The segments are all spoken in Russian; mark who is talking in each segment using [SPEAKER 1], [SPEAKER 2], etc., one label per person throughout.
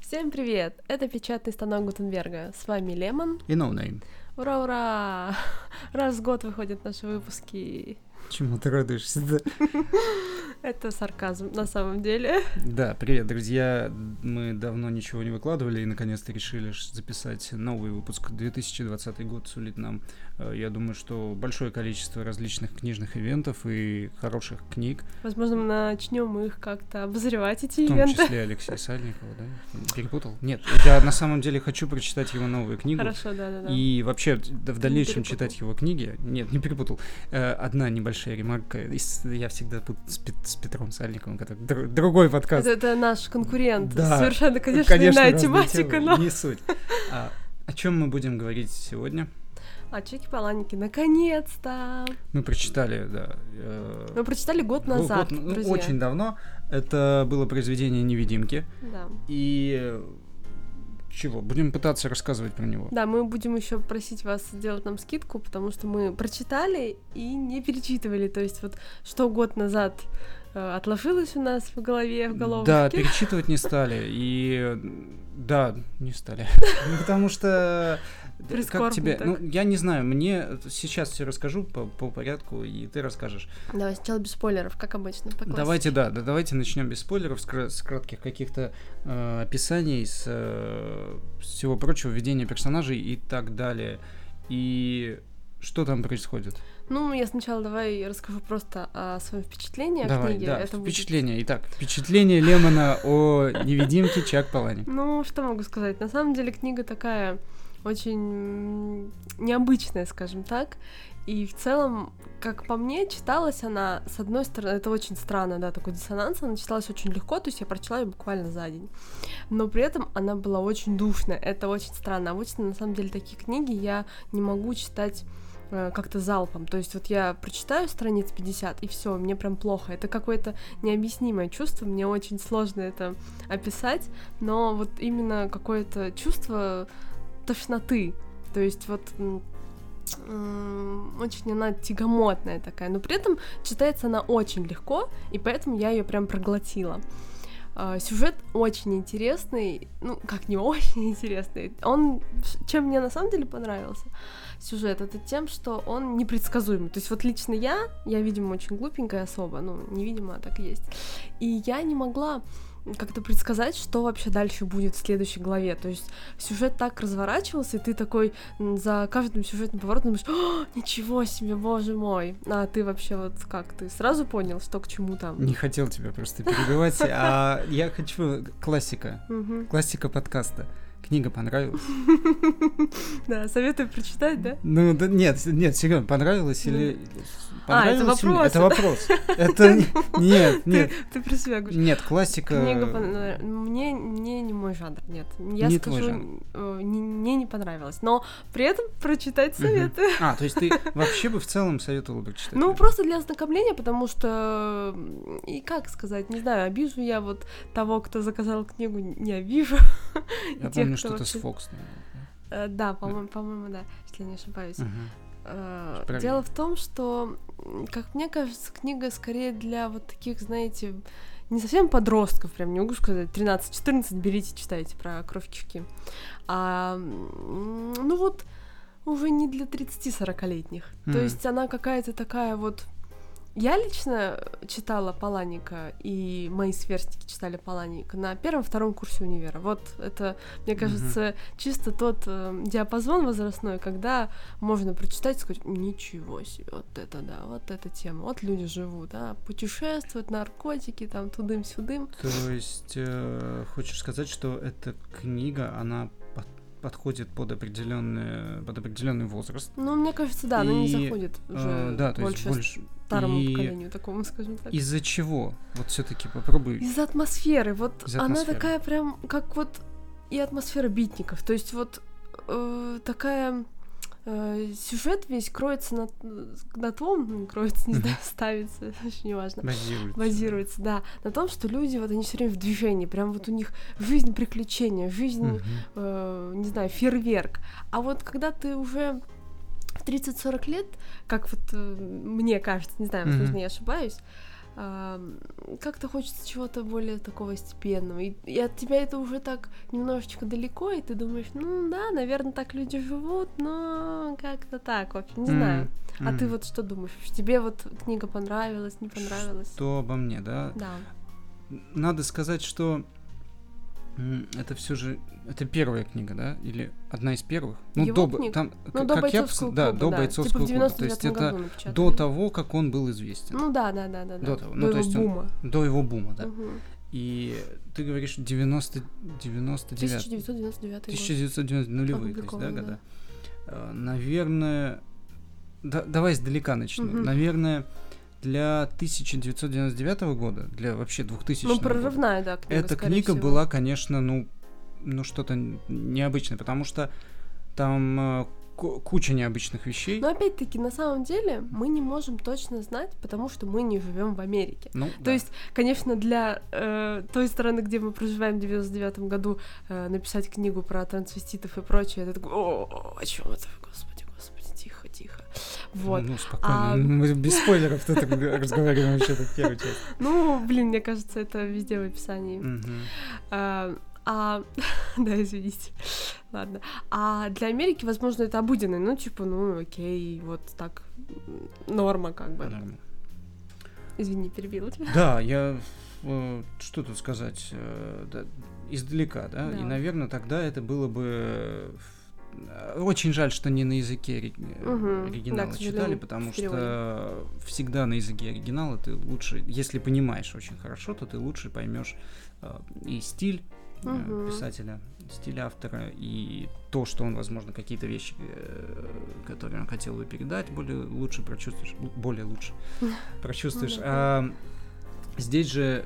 [SPEAKER 1] Всем привет! Это печатный станок Гутенберга. С вами Лемон.
[SPEAKER 2] И No Name.
[SPEAKER 1] Ура-ура! Раз в год выходят наши выпуски.
[SPEAKER 2] Чему ты радуешься?
[SPEAKER 1] Это сарказм на самом деле.
[SPEAKER 2] Да, привет, друзья. Мы давно ничего не выкладывали и наконец-то решили ш- записать новый выпуск. 2020 год сулит нам, э, я думаю, что большое количество различных книжных ивентов и хороших книг,
[SPEAKER 1] Возможно, мы начнем их как-то обозревать, эти
[SPEAKER 2] в том
[SPEAKER 1] ивенты.
[SPEAKER 2] числе Алексея Сальникова, да? Перепутал? Нет, я на самом деле хочу прочитать его новую книгу.
[SPEAKER 1] Хорошо, да-да-да.
[SPEAKER 2] И вообще д- да, в дальнейшем
[SPEAKER 1] перепутал.
[SPEAKER 2] читать его книги. Нет, не перепутал. Э, одна небольшая ремарка. И с- Я всегда пут с, Пет- с Петром Сальниковым, который др- другой подкаст.
[SPEAKER 1] Это, это наш конкурент.
[SPEAKER 2] Да.
[SPEAKER 1] Совершенно, конечно, иная
[SPEAKER 2] разные
[SPEAKER 1] тематика,
[SPEAKER 2] темы,
[SPEAKER 1] но...
[SPEAKER 2] Не суть. А, о чем мы будем говорить сегодня?
[SPEAKER 1] А Чеки Паланики, наконец-то!
[SPEAKER 2] Мы прочитали, да. э,
[SPEAKER 1] Мы прочитали Ну, год
[SPEAKER 2] го-
[SPEAKER 1] назад,
[SPEAKER 2] год- ну,
[SPEAKER 1] друзья.
[SPEAKER 2] очень давно. Это было произведение невидимки.
[SPEAKER 1] Да.
[SPEAKER 2] И э, чего? Будем пытаться рассказывать про него.
[SPEAKER 1] Да, мы будем еще просить вас сделать нам скидку, потому что мы прочитали и не перечитывали. То есть вот что год назад э, отложилось у нас в голове, в головке.
[SPEAKER 2] Да, перечитывать не стали. И э, да, не стали. Ну, Потому что... да,
[SPEAKER 1] Прискорбно
[SPEAKER 2] Как тебе?
[SPEAKER 1] так.
[SPEAKER 2] Ну, я не знаю, мне сейчас все расскажу по, по порядку, и ты расскажешь.
[SPEAKER 1] Давай сначала без спойлеров, как обычно. по классике.
[SPEAKER 2] Давайте, да, да, давайте начнем без спойлеров, с, кра- с кратких каких-то э, описаний, с э, всего прочего, введения персонажей и так далее. И что там происходит?
[SPEAKER 1] Ну, я сначала давай расскажу просто о своем впечатлении о
[SPEAKER 2] Давай,
[SPEAKER 1] книге.
[SPEAKER 2] да,
[SPEAKER 1] а Это будет-
[SPEAKER 2] впечатление. Итак, впечатление Лемона о невидимке Чак Палани.
[SPEAKER 1] Ну, что могу сказать? На самом деле книга такая очень м, необычная, скажем так. И в целом, как по мне, читалась она, с одной стороны, это очень странно, да, такой диссонанс, она читалась очень легко, то есть я прочла ее буквально за день. Но при этом она была очень душная, это очень странно. Обычно, на самом деле, такие книги я не могу читать э, как-то залпом. То есть вот я прочитаю страниц 50, и все, мне прям плохо. Это какое-то необъяснимое чувство, мне очень сложно это описать но вот именно какое-то чувство тошноты. То есть вот м, м, очень она тягомотная такая, но при этом читается она очень легко, и поэтому я ее прям проглотила. А, Сюжет очень интересный, ну как не очень интересный. Он чем мне на самом деле понравился сюжет, это тем, что он непредсказуемый. То есть вот лично я, я видимо очень глупенькая особа, ну невидимо, а так и есть. И я не могла как-то предсказать, что вообще дальше будет в следующей главе. То есть сюжет так разворачивался, и ты такой м, за каждым сюжетным поворотом думаешь, «О, ничего себе, боже мой. А ты вообще вот как, ты сразу понял, что к чему там?
[SPEAKER 2] Не хотел тебя просто перебивать, а я хочу классика.
[SPEAKER 1] Мгм.
[SPEAKER 2] Классика подкаста. Книга понравилась?
[SPEAKER 1] Да, советую прочитать, да?
[SPEAKER 2] Ну, да нет, нет, серьезно, понравилось или...
[SPEAKER 1] А, это
[SPEAKER 2] понравилось или-
[SPEAKER 1] вопрос.
[SPEAKER 2] Это вопрос. Это... не- Нет, нет,
[SPEAKER 1] Ты про себя говоришь.
[SPEAKER 2] нет, классика...
[SPEAKER 1] Книга понра- мне, мне не мой жанр, нет. Я
[SPEAKER 2] Не твой
[SPEAKER 1] скажу,
[SPEAKER 2] жанр.
[SPEAKER 1] э, не- мне не понравилось. Но при этом прочитать
[SPEAKER 2] Мгм.
[SPEAKER 1] советую.
[SPEAKER 2] А, то есть ты вообще бы в целом советовал бы читать?
[SPEAKER 1] Ну, просто для ознакомления, потому что, м, и как сказать, не знаю, обижу я вот того, кто заказал книгу, не обижу.
[SPEAKER 2] Я
[SPEAKER 1] тех,
[SPEAKER 2] помню,
[SPEAKER 1] кто
[SPEAKER 2] что-то с
[SPEAKER 1] вообще-
[SPEAKER 2] Фокс. наверное,
[SPEAKER 1] Э, Да, по-моему, по-моему, да, если я не ошибаюсь.
[SPEAKER 2] да? Мгм.
[SPEAKER 1] Э,
[SPEAKER 2] Правильно.
[SPEAKER 1] Дело в том, что, м, как мне кажется, книга скорее для вот таких, знаете, не совсем подростков, прям не могу сказать, 13-14 берите, читайте про кровь кишки. А, м, ну вот, уже не для 30-40-летних. То
[SPEAKER 2] Мгм.
[SPEAKER 1] есть она какая-то такая вот... Я лично читала Паланика, и мои сверстники читали Паланика на первом-втором курсе универа. Вот это, мне
[SPEAKER 2] Мгм.
[SPEAKER 1] кажется, чисто тот э, диапазон возрастной, когда можно прочитать и сказать, ничего себе, вот это да, вот эта тема, вот люди живут, а, путешествуют, наркотики, там, тудым-сюдым.
[SPEAKER 2] То есть э, хочешь сказать, что эта книга, она под- подходит под определенный, под определенный возраст?
[SPEAKER 1] Ну, мне кажется, да, она не
[SPEAKER 2] И,
[SPEAKER 1] заходит
[SPEAKER 2] Э,
[SPEAKER 1] уже
[SPEAKER 2] да, то есть
[SPEAKER 1] больше
[SPEAKER 2] больше...
[SPEAKER 1] старому
[SPEAKER 2] и
[SPEAKER 1] поколению, такому, скажем так.
[SPEAKER 2] Из-за чего? Вот все-таки попробуй
[SPEAKER 1] Из-за атмосферы. Вот
[SPEAKER 2] Из-за
[SPEAKER 1] она
[SPEAKER 2] атмосферы.
[SPEAKER 1] такая прям, как вот и атмосфера битников. То есть вот э, такая э, сюжет весь кроется на, на том, ну, кроется, не знаю, ставится, очень неважно.
[SPEAKER 2] базируется.
[SPEAKER 1] базируется, да, на том, что люди, вот они все время в движении, прям вот у них жизнь приключения, жизнь,
[SPEAKER 2] Мгм.
[SPEAKER 1] э, не знаю, фейерверк. А вот когда ты уже в 30-40 лет, как вот э, мне кажется, не знаю, возможно,
[SPEAKER 2] Мгм.
[SPEAKER 1] я ошибаюсь, а, как-то хочется чего-то более такого степенного. И, и от тебя это уже так немножечко далеко, и ты думаешь, ну да, наверное, так люди живут, но как-то так, в общем, не знаю.
[SPEAKER 2] М,
[SPEAKER 1] А ты
[SPEAKER 2] м.
[SPEAKER 1] вот что думаешь? Тебе вот книга понравилась, не понравилась?
[SPEAKER 2] Что обо мне, да?
[SPEAKER 1] Да.
[SPEAKER 2] Надо сказать, что м, это все же это первая книга, да, или одна из первых? Ну,
[SPEAKER 1] Его
[SPEAKER 2] до бо-
[SPEAKER 1] книг?
[SPEAKER 2] там,
[SPEAKER 1] Ну,
[SPEAKER 2] к-
[SPEAKER 1] до
[SPEAKER 2] как я
[SPEAKER 1] бойцовского
[SPEAKER 2] вс- да,
[SPEAKER 1] клуба,
[SPEAKER 2] до
[SPEAKER 1] да. типа
[SPEAKER 2] бойцовского
[SPEAKER 1] в
[SPEAKER 2] клуба. То есть
[SPEAKER 1] 99-м
[SPEAKER 2] это
[SPEAKER 1] году напечатали.
[SPEAKER 2] до того, как он был известен,
[SPEAKER 1] Ну да, да, да, да. да.
[SPEAKER 2] До того. Ну, то
[SPEAKER 1] его
[SPEAKER 2] есть он-
[SPEAKER 1] бума.
[SPEAKER 2] до его бума, да.
[SPEAKER 1] Мгм.
[SPEAKER 2] И ты говоришь 90, 99,
[SPEAKER 1] 1999 год. Ну,
[SPEAKER 2] 1990 нулевые, то есть, да,
[SPEAKER 1] Опубликовано,
[SPEAKER 2] года. Э, Наверное, да- давай издалека начну.
[SPEAKER 1] Мгм.
[SPEAKER 2] Наверное, для 1999 года, для вообще 2000
[SPEAKER 1] Ну,
[SPEAKER 2] года,
[SPEAKER 1] прорывная, да, книга,
[SPEAKER 2] эта
[SPEAKER 1] скорее
[SPEAKER 2] книга
[SPEAKER 1] всего.
[SPEAKER 2] была, конечно, ну, ну что-то н- необычное, потому что там э, ку- куча необычных вещей.
[SPEAKER 1] Но опять-таки, на самом деле, мы не можем точно знать, потому что мы не живем в Америке.
[SPEAKER 2] Ну,
[SPEAKER 1] То
[SPEAKER 2] да.
[SPEAKER 1] есть, конечно, для э, той страны, где мы проживаем в 99 году, э, написать книгу про трансвеститов и прочее, это такой, о, о чем это, господи, господи, тихо, тихо. Вот.
[SPEAKER 2] Ну, спокойно,
[SPEAKER 1] А-
[SPEAKER 2] мы без спойлеров тут разговариваем вообще тут первый час.
[SPEAKER 1] Ну, блин, мне кажется, это везде в описании.
[SPEAKER 2] Мгм.
[SPEAKER 1] А, а- да, извините. Ладно. А для Америки, возможно, это обыденно. Ну, типа, ну, окей, вот так м, норма как бы.
[SPEAKER 2] Нормально.
[SPEAKER 1] Извини, перебила тебя.
[SPEAKER 2] Да, я э, что тут сказать э, да, издалека, да?
[SPEAKER 1] Да.
[SPEAKER 2] И, наверное, тогда это было бы э, очень жаль, что не на языке ори- э,
[SPEAKER 1] Мгм. Да,
[SPEAKER 2] оригинала
[SPEAKER 1] к сожалению,
[SPEAKER 2] читали, потому
[SPEAKER 1] в переводе.
[SPEAKER 2] что всегда на языке оригинала ты лучше, если понимаешь очень хорошо, то ты лучше поймешь э, и стиль э,
[SPEAKER 1] Мгм.
[SPEAKER 2] писателя, стиль автора и то, что он, возможно, какие-то вещи, э, которые он хотел бы передать, более лучше прочувствуешь, л- более лучше прочувствуешь.
[SPEAKER 1] Ну да.
[SPEAKER 2] А здесь же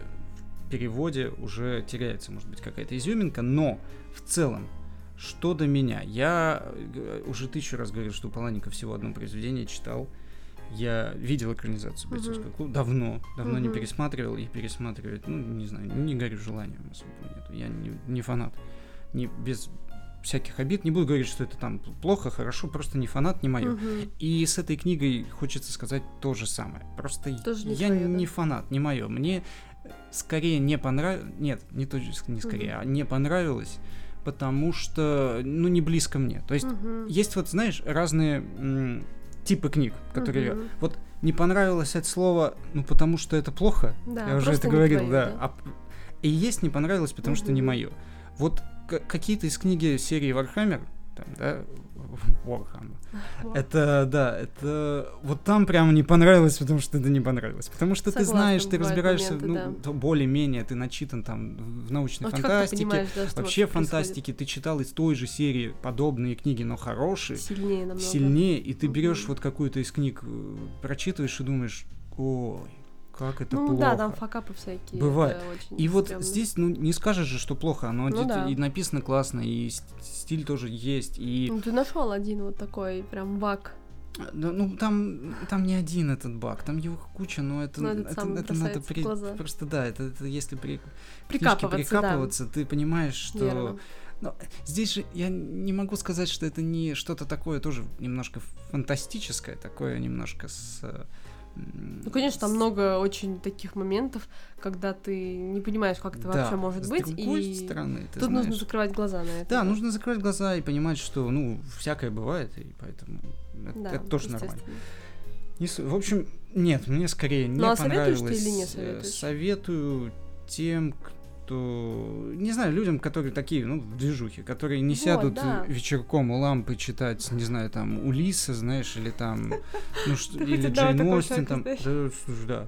[SPEAKER 2] в переводе уже теряется, может быть, какая-то изюминка, но в целом, что до меня, я э, уже тысячу раз говорил, что у Паланика всего одно произведение читал. Я видел экранизацию
[SPEAKER 1] Мгм.
[SPEAKER 2] бойцовского клуба давно, давно не
[SPEAKER 1] Мгм.
[SPEAKER 2] пересматривал и пересматривать, ну, не знаю, не горю желанием особо нет. Я не, не фанат. Не, без всяких обид. Не буду говорить, что это там плохо, хорошо, просто не фанат, не мое.
[SPEAKER 1] Мгм.
[SPEAKER 2] И с этой книгой хочется сказать то же самое. Просто
[SPEAKER 1] Тоже не
[SPEAKER 2] я
[SPEAKER 1] твоё, да?
[SPEAKER 2] не фанат, не мое. Мне скорее не понравилось. Нет, не то же- не скорее, а не понравилось, потому что ну не близко мне. То есть
[SPEAKER 1] Мгм.
[SPEAKER 2] есть вот знаешь разные м, типы книг, которые
[SPEAKER 1] Мгм.
[SPEAKER 2] вот не понравилось это слово, ну потому что это плохо.
[SPEAKER 1] Да,
[SPEAKER 2] я уже
[SPEAKER 1] просто
[SPEAKER 2] это
[SPEAKER 1] не
[SPEAKER 2] говорил,
[SPEAKER 1] твоё,
[SPEAKER 2] да.
[SPEAKER 1] да.
[SPEAKER 2] А п- и есть не понравилось, потому что не
[SPEAKER 1] Мгм.
[SPEAKER 2] мое. Вот к- какие-то из книги серии Warhammer, там, да, Warhammer.
[SPEAKER 1] Вот.
[SPEAKER 2] Это, да, это... Вот там прямо не понравилось, потому что это не понравилось. Потому что ты
[SPEAKER 1] Согласна,
[SPEAKER 2] знаешь, ты
[SPEAKER 1] бывают
[SPEAKER 2] разбираешься,
[SPEAKER 1] моменты,
[SPEAKER 2] ну,
[SPEAKER 1] да.
[SPEAKER 2] то более-менее, ты начитан там в научной
[SPEAKER 1] А вот как ты
[SPEAKER 2] фантастике.
[SPEAKER 1] понимаешь, да, что
[SPEAKER 2] Вообще
[SPEAKER 1] вот происходит?
[SPEAKER 2] фантастики, ты читал из той же серии подобные книги, но хорошие,
[SPEAKER 1] Сильнее намного.
[SPEAKER 2] сильнее, и ты берешь
[SPEAKER 1] Мгм.
[SPEAKER 2] вот какую-то из книг, э, прочитываешь и думаешь, ой, как это
[SPEAKER 1] ну
[SPEAKER 2] плохо.
[SPEAKER 1] да, там факапы всякие.
[SPEAKER 2] Бывает.
[SPEAKER 1] это очень
[SPEAKER 2] И вот
[SPEAKER 1] стрёмно.
[SPEAKER 2] здесь, ну, не скажешь же, что плохо, оно
[SPEAKER 1] Ну
[SPEAKER 2] где-то
[SPEAKER 1] да.
[SPEAKER 2] и написано классно, и с- стиль тоже есть, и
[SPEAKER 1] Ну, ты нашел один вот такой прям баг.
[SPEAKER 2] Да, ну там, там не один этот баг, там его куча, но это,
[SPEAKER 1] Но этот
[SPEAKER 2] это,
[SPEAKER 1] самый
[SPEAKER 2] это надо
[SPEAKER 1] Ну, бросается в глаза.
[SPEAKER 2] просто да, это, это если при книжке
[SPEAKER 1] Прикапываться,
[SPEAKER 2] прикапываться, ты понимаешь,
[SPEAKER 1] да.
[SPEAKER 2] что
[SPEAKER 1] Верно.
[SPEAKER 2] здесь же я не могу сказать, что это не что-то такое тоже немножко фантастическое, такое немножко с э,
[SPEAKER 1] Ну, конечно, там много очень таких моментов, когда ты не понимаешь, как это вообще может
[SPEAKER 2] с
[SPEAKER 1] быть.
[SPEAKER 2] другой
[SPEAKER 1] и
[SPEAKER 2] стороны, ты
[SPEAKER 1] тут нужно
[SPEAKER 2] знаешь.
[SPEAKER 1] закрывать глаза на это.
[SPEAKER 2] Да, нужно закрывать глаза и понимать, что ну всякое бывает, и поэтому это,
[SPEAKER 1] Да,
[SPEAKER 2] это тоже нормально.
[SPEAKER 1] естественно.
[SPEAKER 2] Не с- в общем, нет, мне скорее не
[SPEAKER 1] Ну, а советуешь
[SPEAKER 2] понравилось.
[SPEAKER 1] ты или не
[SPEAKER 2] Э,
[SPEAKER 1] советуешь?
[SPEAKER 2] Советую тем, кто... Не знаю, людям, которые такие, ну, в движухе, которые не
[SPEAKER 1] Вот,
[SPEAKER 2] сядут
[SPEAKER 1] да.
[SPEAKER 2] э, вечерком у лампы читать, не знаю, там, Улиса, знаешь, или там... Ну, что-
[SPEAKER 1] Ты хоть
[SPEAKER 2] или
[SPEAKER 1] одного
[SPEAKER 2] Джейн
[SPEAKER 1] такого
[SPEAKER 2] Остин, там... Да,
[SPEAKER 1] человека
[SPEAKER 2] слушай, да.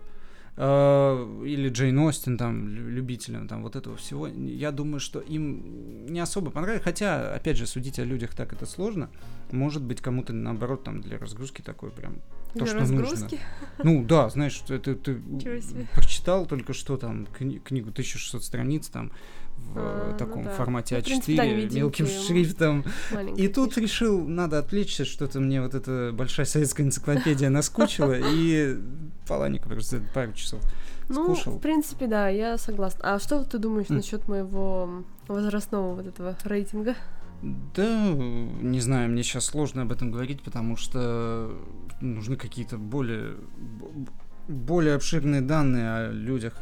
[SPEAKER 2] А, Или Джейн Остин, там, лю- любителям там вот этого всего. Я думаю, что им не особо понравилось. Хотя, опять же, судить о людях так это сложно. Может быть, кому-то, наоборот, там, для разгрузки такой прям
[SPEAKER 1] Для
[SPEAKER 2] что нужно.
[SPEAKER 1] разгрузки.
[SPEAKER 2] ну да, знаешь, что это ты
[SPEAKER 1] Чего себе.
[SPEAKER 2] прочитал только что там кни- книгу 1600 страниц там в
[SPEAKER 1] А,
[SPEAKER 2] э,
[SPEAKER 1] ну
[SPEAKER 2] таком
[SPEAKER 1] да.
[SPEAKER 2] формате
[SPEAKER 1] Ну, в принципе,
[SPEAKER 2] А4
[SPEAKER 1] да, ну. невидимки,
[SPEAKER 2] мелким
[SPEAKER 1] м.
[SPEAKER 2] шрифтом.
[SPEAKER 1] маленькая
[SPEAKER 2] И тут
[SPEAKER 1] книжка.
[SPEAKER 2] решил, надо отвлечься, что-то мне вот эта большая советская энциклопедия наскучила, и Паланик просто за пару часов.
[SPEAKER 1] Ну,
[SPEAKER 2] скушал.
[SPEAKER 1] в принципе, да, я согласна. А что ты думаешь
[SPEAKER 2] М.
[SPEAKER 1] насчет моего м, возрастного вот этого рейтинга?
[SPEAKER 2] Да, не знаю, мне сейчас сложно об этом говорить, потому что нужны какие-то более б- б- более обширные данные о людях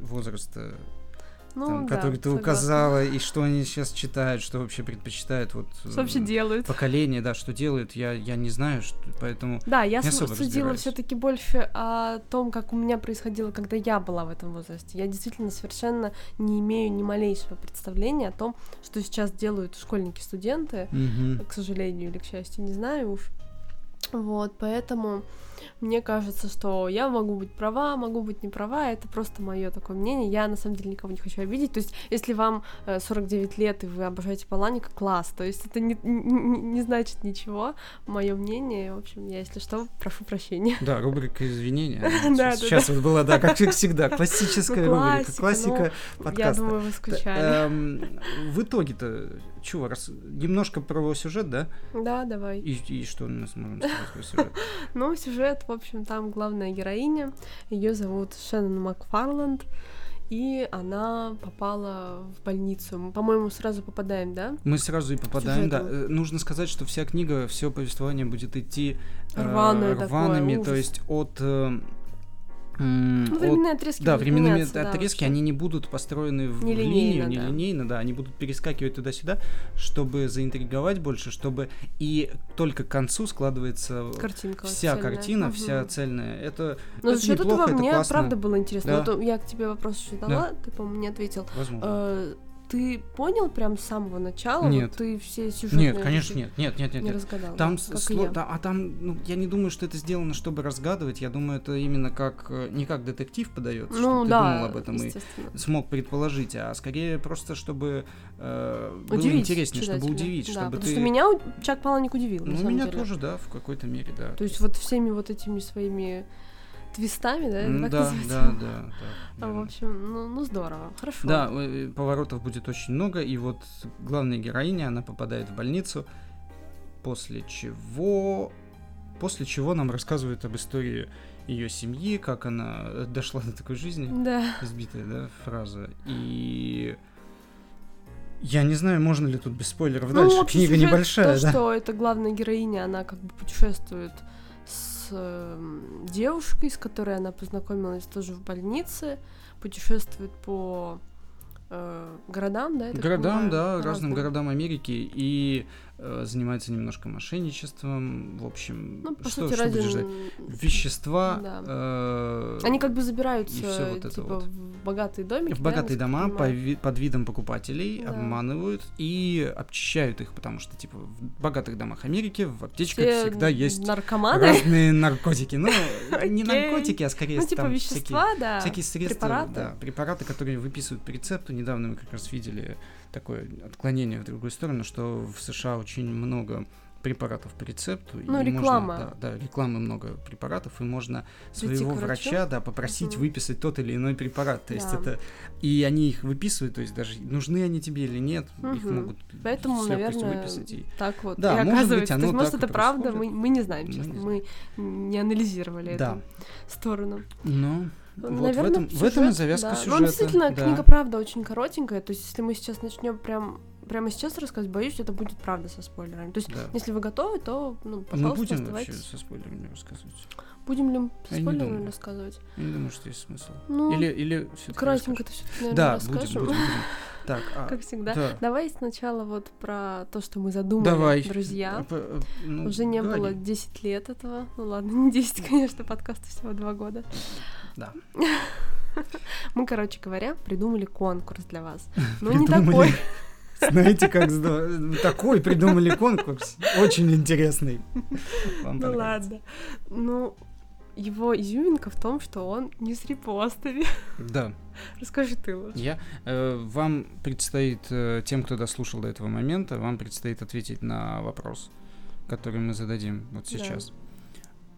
[SPEAKER 2] возраста,
[SPEAKER 1] Ну,
[SPEAKER 2] там,
[SPEAKER 1] да,
[SPEAKER 2] которые ты
[SPEAKER 1] согласна.
[SPEAKER 2] указала, и что они сейчас читают, что вообще предпочитают, вот
[SPEAKER 1] Что вообще
[SPEAKER 2] э,
[SPEAKER 1] делают?
[SPEAKER 2] поколение, да, что делают, я, я не знаю, что- поэтому
[SPEAKER 1] Да, я
[SPEAKER 2] Не
[SPEAKER 1] су-
[SPEAKER 2] особо
[SPEAKER 1] судила
[SPEAKER 2] разбираюсь.
[SPEAKER 1] все-таки больше о том, как у меня происходило, когда я была в этом возрасте. Я действительно совершенно не имею ни малейшего представления о том, что сейчас делают школьники-студенты,
[SPEAKER 2] мгм.
[SPEAKER 1] к сожалению или к счастью, не знаю уж. Вот, поэтому мне кажется, что я могу быть права, могу быть не права, это просто мое такое мнение. Я на самом деле никого не хочу обидеть. То есть, если вам э, 49 лет и вы обожаете Паланика, класс. То есть, это не, не- не- не значит ничего. Мое мнение, в общем, я, если что, прошу прощения.
[SPEAKER 2] Да, рубрика извинения.
[SPEAKER 1] Да, да,
[SPEAKER 2] Сейчас вот была, да, как всегда, классическая
[SPEAKER 1] Ну,
[SPEAKER 2] рубрика,
[SPEAKER 1] классика,
[SPEAKER 2] классика
[SPEAKER 1] Я
[SPEAKER 2] подкаста.
[SPEAKER 1] думаю, вы
[SPEAKER 2] Т-
[SPEAKER 1] скучали.
[SPEAKER 2] эм, В итоге-то, чего, раз немножко про сюжет, да?
[SPEAKER 1] Да, давай.
[SPEAKER 2] И, и что мы сможем сказать про сюжет?
[SPEAKER 1] Ну, сюжет, в общем, там главная героиня. Ее зовут Шеннон Макфарланд. И она попала в больницу. Мы, по-моему, сразу попадаем, да?
[SPEAKER 2] Мы сразу и попадаем, да.
[SPEAKER 1] Сюжету.
[SPEAKER 2] Э, Нужно сказать, что вся книга, все повествование будет идти э,
[SPEAKER 1] Рваное такое,
[SPEAKER 2] рваными, то
[SPEAKER 1] ужас.
[SPEAKER 2] есть от... э, м,
[SPEAKER 1] Ну,
[SPEAKER 2] от-
[SPEAKER 1] временные отрезки
[SPEAKER 2] да,
[SPEAKER 1] будут
[SPEAKER 2] временными
[SPEAKER 1] меняться, да,
[SPEAKER 2] отрезки,
[SPEAKER 1] вообще.
[SPEAKER 2] они не будут построены в
[SPEAKER 1] Нелинейно,
[SPEAKER 2] линию,
[SPEAKER 1] да.
[SPEAKER 2] нелинейно, да. они будут перескакивать туда-сюда, чтобы заинтриговать больше, чтобы и только к концу складывается
[SPEAKER 1] Картинка.
[SPEAKER 2] вся
[SPEAKER 1] цельная.
[SPEAKER 2] картина, вся
[SPEAKER 1] Мгм. Ну,
[SPEAKER 2] цельная. Это,
[SPEAKER 1] Но
[SPEAKER 2] это
[SPEAKER 1] за счет
[SPEAKER 2] неплохо,
[SPEAKER 1] этого
[SPEAKER 2] это
[SPEAKER 1] мне
[SPEAKER 2] классно.
[SPEAKER 1] правда было интересно.
[SPEAKER 2] Да.
[SPEAKER 1] Вот я к тебе вопрос еще дала, ты, по-моему, не ответил.
[SPEAKER 2] возможно.
[SPEAKER 1] Э, Ты понял прям с самого начала?
[SPEAKER 2] Нет.
[SPEAKER 1] Вот ты все сюжетные...
[SPEAKER 2] Нет, конечно,
[SPEAKER 1] штуки
[SPEAKER 2] нет, нет, нет, нет.
[SPEAKER 1] Э, Не
[SPEAKER 2] нет.
[SPEAKER 1] разгадал.
[SPEAKER 2] Там
[SPEAKER 1] как и
[SPEAKER 2] сло-
[SPEAKER 1] я.
[SPEAKER 2] да, а там, ну, я не думаю, что это сделано, чтобы разгадывать. Я думаю, это именно как э, не как детектив подается,
[SPEAKER 1] Ну
[SPEAKER 2] что ты
[SPEAKER 1] да,
[SPEAKER 2] думал об этом и
[SPEAKER 1] естественно.
[SPEAKER 2] смог предположить, а скорее просто чтобы э, было
[SPEAKER 1] Удивить
[SPEAKER 2] интереснее, чтобы
[SPEAKER 1] читателя,
[SPEAKER 2] удивить,
[SPEAKER 1] да,
[SPEAKER 2] чтобы
[SPEAKER 1] потому
[SPEAKER 2] ты.
[SPEAKER 1] что меня у- Чак Паланик удивил, на
[SPEAKER 2] Ну,
[SPEAKER 1] самом
[SPEAKER 2] меня
[SPEAKER 1] деле.
[SPEAKER 2] тоже, да, в какой-то мере, да.
[SPEAKER 1] То есть вот всеми вот этими своими твистами, да,
[SPEAKER 2] М,
[SPEAKER 1] так
[SPEAKER 2] да,
[SPEAKER 1] называется?
[SPEAKER 2] да, да, да,
[SPEAKER 1] А, в
[SPEAKER 2] верно.
[SPEAKER 1] общем, ну, ну здорово, хорошо.
[SPEAKER 2] Да, э, поворотов будет очень много, и вот главная героиня, она попадает в больницу, после чего... После чего нам рассказывают об истории ее семьи, как она э, дошла до такой жизни.
[SPEAKER 1] Да.
[SPEAKER 2] Избитая, да, фраза. И... Я не знаю, можно ли тут без спойлеров дальше.
[SPEAKER 1] Ну, общий
[SPEAKER 2] Книга
[SPEAKER 1] сюжет,
[SPEAKER 2] небольшая,
[SPEAKER 1] то,
[SPEAKER 2] да.
[SPEAKER 1] что эта главная героиня, она как бы путешествует с эм, девушкой, с которой она познакомилась тоже в больнице, путешествует по э, городам, да? я так
[SPEAKER 2] Городам,
[SPEAKER 1] понимаю,
[SPEAKER 2] да, разным городам Америки и э, занимается немножко мошенничеством. В общем,
[SPEAKER 1] Ну, по
[SPEAKER 2] что,
[SPEAKER 1] сути,
[SPEAKER 2] что
[SPEAKER 1] ради...
[SPEAKER 2] будешь ждать? Вещества.
[SPEAKER 1] Да.
[SPEAKER 2] э,
[SPEAKER 1] Они как бы
[SPEAKER 2] и всё
[SPEAKER 1] забираются,
[SPEAKER 2] вот это
[SPEAKER 1] типа,
[SPEAKER 2] вот.
[SPEAKER 1] в богатые домики.
[SPEAKER 2] В
[SPEAKER 1] да, я
[SPEAKER 2] богатые
[SPEAKER 1] насколько
[SPEAKER 2] дома по
[SPEAKER 1] понимаю?
[SPEAKER 2] ви- под видом покупателей
[SPEAKER 1] Да.
[SPEAKER 2] обманывают и обчищают их, потому что, типа, в богатых домах Америки в аптечках
[SPEAKER 1] Все
[SPEAKER 2] всегда есть
[SPEAKER 1] наркоманы,
[SPEAKER 2] разные наркотики. Ну, не
[SPEAKER 1] Окей.
[SPEAKER 2] наркотики, а скорее
[SPEAKER 1] ну, типа
[SPEAKER 2] там всякие,
[SPEAKER 1] вещества, да,
[SPEAKER 2] всякие средства,
[SPEAKER 1] препараты.
[SPEAKER 2] да, препараты, которые выписывают по рецепту. Недавно мы как раз видели такое отклонение в другую сторону, что в США очень много препаратов по рецепту. и
[SPEAKER 1] Ну,
[SPEAKER 2] можно-
[SPEAKER 1] реклама.
[SPEAKER 2] да, да, рекламы много препаратов, и можно
[SPEAKER 1] Прийти
[SPEAKER 2] своего
[SPEAKER 1] к врачу?
[SPEAKER 2] врача, да, попросить
[SPEAKER 1] Мгм.
[SPEAKER 2] выписать тот или иной препарат. То есть
[SPEAKER 1] Да.
[SPEAKER 2] это... И они их выписывают, то есть даже нужны они тебе или нет, их
[SPEAKER 1] Мгм.
[SPEAKER 2] могут
[SPEAKER 1] Поэтому,
[SPEAKER 2] с легкостью
[SPEAKER 1] наверное,
[SPEAKER 2] выписать. И...
[SPEAKER 1] так вот.
[SPEAKER 2] Да,
[SPEAKER 1] и
[SPEAKER 2] может быть,
[SPEAKER 1] оказывается, то
[SPEAKER 2] оно
[SPEAKER 1] есть, может,
[SPEAKER 2] так и
[SPEAKER 1] это правда, мы,
[SPEAKER 2] происходит.
[SPEAKER 1] мы не знаем,
[SPEAKER 2] Мы
[SPEAKER 1] честно,
[SPEAKER 2] не
[SPEAKER 1] мы не анализировали
[SPEAKER 2] Да.
[SPEAKER 1] эту сторону.
[SPEAKER 2] Но вот
[SPEAKER 1] Наверное,
[SPEAKER 2] в, этом, в
[SPEAKER 1] сюжет,
[SPEAKER 2] этом и завязка
[SPEAKER 1] да.
[SPEAKER 2] сюжета.
[SPEAKER 1] Ну, действительно,
[SPEAKER 2] да.
[SPEAKER 1] книга правда очень коротенькая, то есть, если мы сейчас начнем прям прямо сейчас рассказывать, боюсь, это будет правда со спойлерами. То есть,
[SPEAKER 2] Да.
[SPEAKER 1] если вы готовы, то, ну,
[SPEAKER 2] А Мы
[SPEAKER 1] пожалуйста,
[SPEAKER 2] будем
[SPEAKER 1] оставайтесь.
[SPEAKER 2] вообще со спойлерами рассказывать?
[SPEAKER 1] Будем ли мы со
[SPEAKER 2] Я не
[SPEAKER 1] спойлерами
[SPEAKER 2] думаю.
[SPEAKER 1] рассказывать?
[SPEAKER 2] Я не думаю, что есть смысл.
[SPEAKER 1] Ну,
[SPEAKER 2] Или, или все
[SPEAKER 1] кратенько это все-таки, наверное,
[SPEAKER 2] Да, будем,
[SPEAKER 1] расскажем.
[SPEAKER 2] будем, будем. Так, а,
[SPEAKER 1] Как всегда.
[SPEAKER 2] да.
[SPEAKER 1] Давай сначала вот про то, что мы задумали,
[SPEAKER 2] Давай.
[SPEAKER 1] друзья.
[SPEAKER 2] Э, э, ну,
[SPEAKER 1] Уже не
[SPEAKER 2] говори.
[SPEAKER 1] было 10 лет этого. Ну ладно, не 10, конечно, подкаста всего 2 года.
[SPEAKER 2] Да.
[SPEAKER 1] Мы, короче говоря, придумали конкурс для вас. Но не
[SPEAKER 2] Придумали.
[SPEAKER 1] такой.
[SPEAKER 2] Знаете, как здорово. Такой придумали конкурс. Очень интересный. Вам
[SPEAKER 1] Ну
[SPEAKER 2] понравится.
[SPEAKER 1] ладно. Ну, его изюминка в том, что он не с репостами.
[SPEAKER 2] Да,
[SPEAKER 1] Расскажи ты лучше.
[SPEAKER 2] я э, вам предстоит э, тем, кто дослушал до этого момента, вам предстоит ответить на вопрос, который мы зададим вот
[SPEAKER 1] Да.
[SPEAKER 2] сейчас.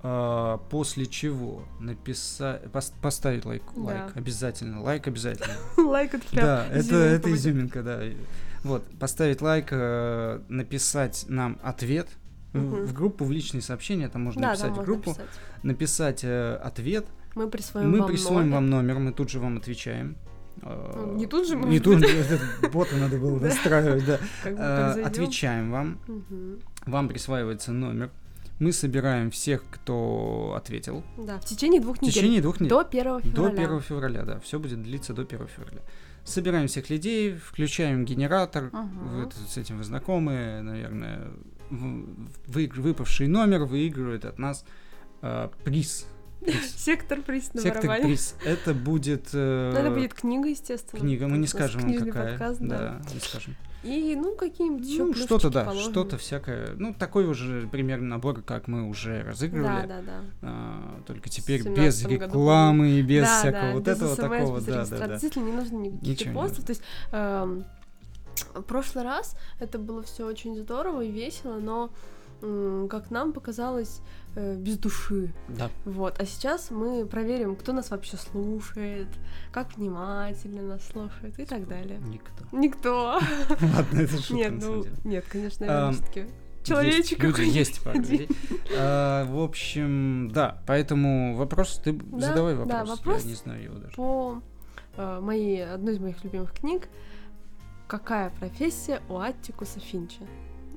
[SPEAKER 2] А, после чего написать, поставить лайк,
[SPEAKER 1] Да.
[SPEAKER 2] лайк, обязательно, лайк обязательно.
[SPEAKER 1] Лайк это прям
[SPEAKER 2] Да, это,
[SPEAKER 1] изюминка
[SPEAKER 2] это
[SPEAKER 1] будет.
[SPEAKER 2] изюминка, да. И- Вот, поставить лайк, э, написать нам ответ в-
[SPEAKER 1] Мгм.
[SPEAKER 2] в группу, в личные сообщения, там можно
[SPEAKER 1] Да, да,
[SPEAKER 2] написать в
[SPEAKER 1] можно
[SPEAKER 2] группу,
[SPEAKER 1] писать.
[SPEAKER 2] написать э, ответ,
[SPEAKER 1] Мы присвоим
[SPEAKER 2] мы
[SPEAKER 1] вам
[SPEAKER 2] присылаем
[SPEAKER 1] номер.
[SPEAKER 2] вам номер, мы тут же вам отвечаем. Э,
[SPEAKER 1] Ну, не тут же,
[SPEAKER 2] Не
[SPEAKER 1] может
[SPEAKER 2] тут
[SPEAKER 1] быть.
[SPEAKER 2] же, этот бота надо было
[SPEAKER 1] Да.
[SPEAKER 2] настраивать, да.
[SPEAKER 1] Как бы как
[SPEAKER 2] Э,
[SPEAKER 1] зайдём.
[SPEAKER 2] Отвечаем вам,
[SPEAKER 1] Мгм.
[SPEAKER 2] вам присваивается номер. Мы собираем всех, кто ответил.
[SPEAKER 1] Да, в течение двух
[SPEAKER 2] В
[SPEAKER 1] недель.
[SPEAKER 2] течение двух недель.
[SPEAKER 1] До 1
[SPEAKER 2] До
[SPEAKER 1] февраля.
[SPEAKER 2] 1 февраля, да. Все будет длиться до 1 февраля. Собираем всех людей, включаем генератор.
[SPEAKER 1] Ага.
[SPEAKER 2] Вы это- с этим вы знакомы, наверное. В- вы- выпавший номер выигрывает от нас э, приз. Приз.
[SPEAKER 1] Сектор приз на
[SPEAKER 2] Сектор
[SPEAKER 1] барабане.
[SPEAKER 2] приз. Это будет, э,
[SPEAKER 1] Ну, Это будет книга, естественно.
[SPEAKER 2] книга. Мы
[SPEAKER 1] У
[SPEAKER 2] не
[SPEAKER 1] нас
[SPEAKER 2] скажем вам
[SPEAKER 1] книжный
[SPEAKER 2] какая.
[SPEAKER 1] подкаст, да.
[SPEAKER 2] да, не скажем.
[SPEAKER 1] И, ну, какие-нибудь еще
[SPEAKER 2] Ну, что-то, да, что-то всякое. Ну, такой уже примерно набор, как мы уже
[SPEAKER 1] Да,
[SPEAKER 2] разыгрывали.
[SPEAKER 1] да, да.
[SPEAKER 2] А, только
[SPEAKER 1] В
[SPEAKER 2] теперь
[SPEAKER 1] 17
[SPEAKER 2] без
[SPEAKER 1] году, по-моему.
[SPEAKER 2] рекламы и без
[SPEAKER 1] да,
[SPEAKER 2] всякого
[SPEAKER 1] да,
[SPEAKER 2] вот
[SPEAKER 1] без
[SPEAKER 2] этого
[SPEAKER 1] СМС,
[SPEAKER 2] такого.
[SPEAKER 1] без
[SPEAKER 2] Да, да,
[SPEAKER 1] регистрации.
[SPEAKER 2] да.
[SPEAKER 1] Действительно, не нужно никаких
[SPEAKER 2] Ничего не
[SPEAKER 1] постов. То есть эм, в прошлый раз это было все очень здорово и весело, но м, как нам показалось, э, без души.
[SPEAKER 2] Да.
[SPEAKER 1] Вот. А сейчас мы проверим, кто нас вообще слушает, как внимательно нас слушает и так далее.
[SPEAKER 2] Никто.
[SPEAKER 1] Никто.
[SPEAKER 2] Ладно, это шутка,
[SPEAKER 1] Нет,
[SPEAKER 2] на самом
[SPEAKER 1] ну,
[SPEAKER 2] деле.
[SPEAKER 1] нет, конечно,
[SPEAKER 2] Ам,
[SPEAKER 1] все-таки.
[SPEAKER 2] Есть
[SPEAKER 1] Человечек
[SPEAKER 2] люди,
[SPEAKER 1] какой-нибудь.
[SPEAKER 2] Есть пара людей. А, В общем, да, поэтому вопрос, ты
[SPEAKER 1] Да,
[SPEAKER 2] задавай
[SPEAKER 1] да,
[SPEAKER 2] вопрос.
[SPEAKER 1] вопрос.
[SPEAKER 2] Я не знаю его даже.
[SPEAKER 1] По э, моей, одной из моих любимых книг «Какая профессия у Аттикуса Финча?»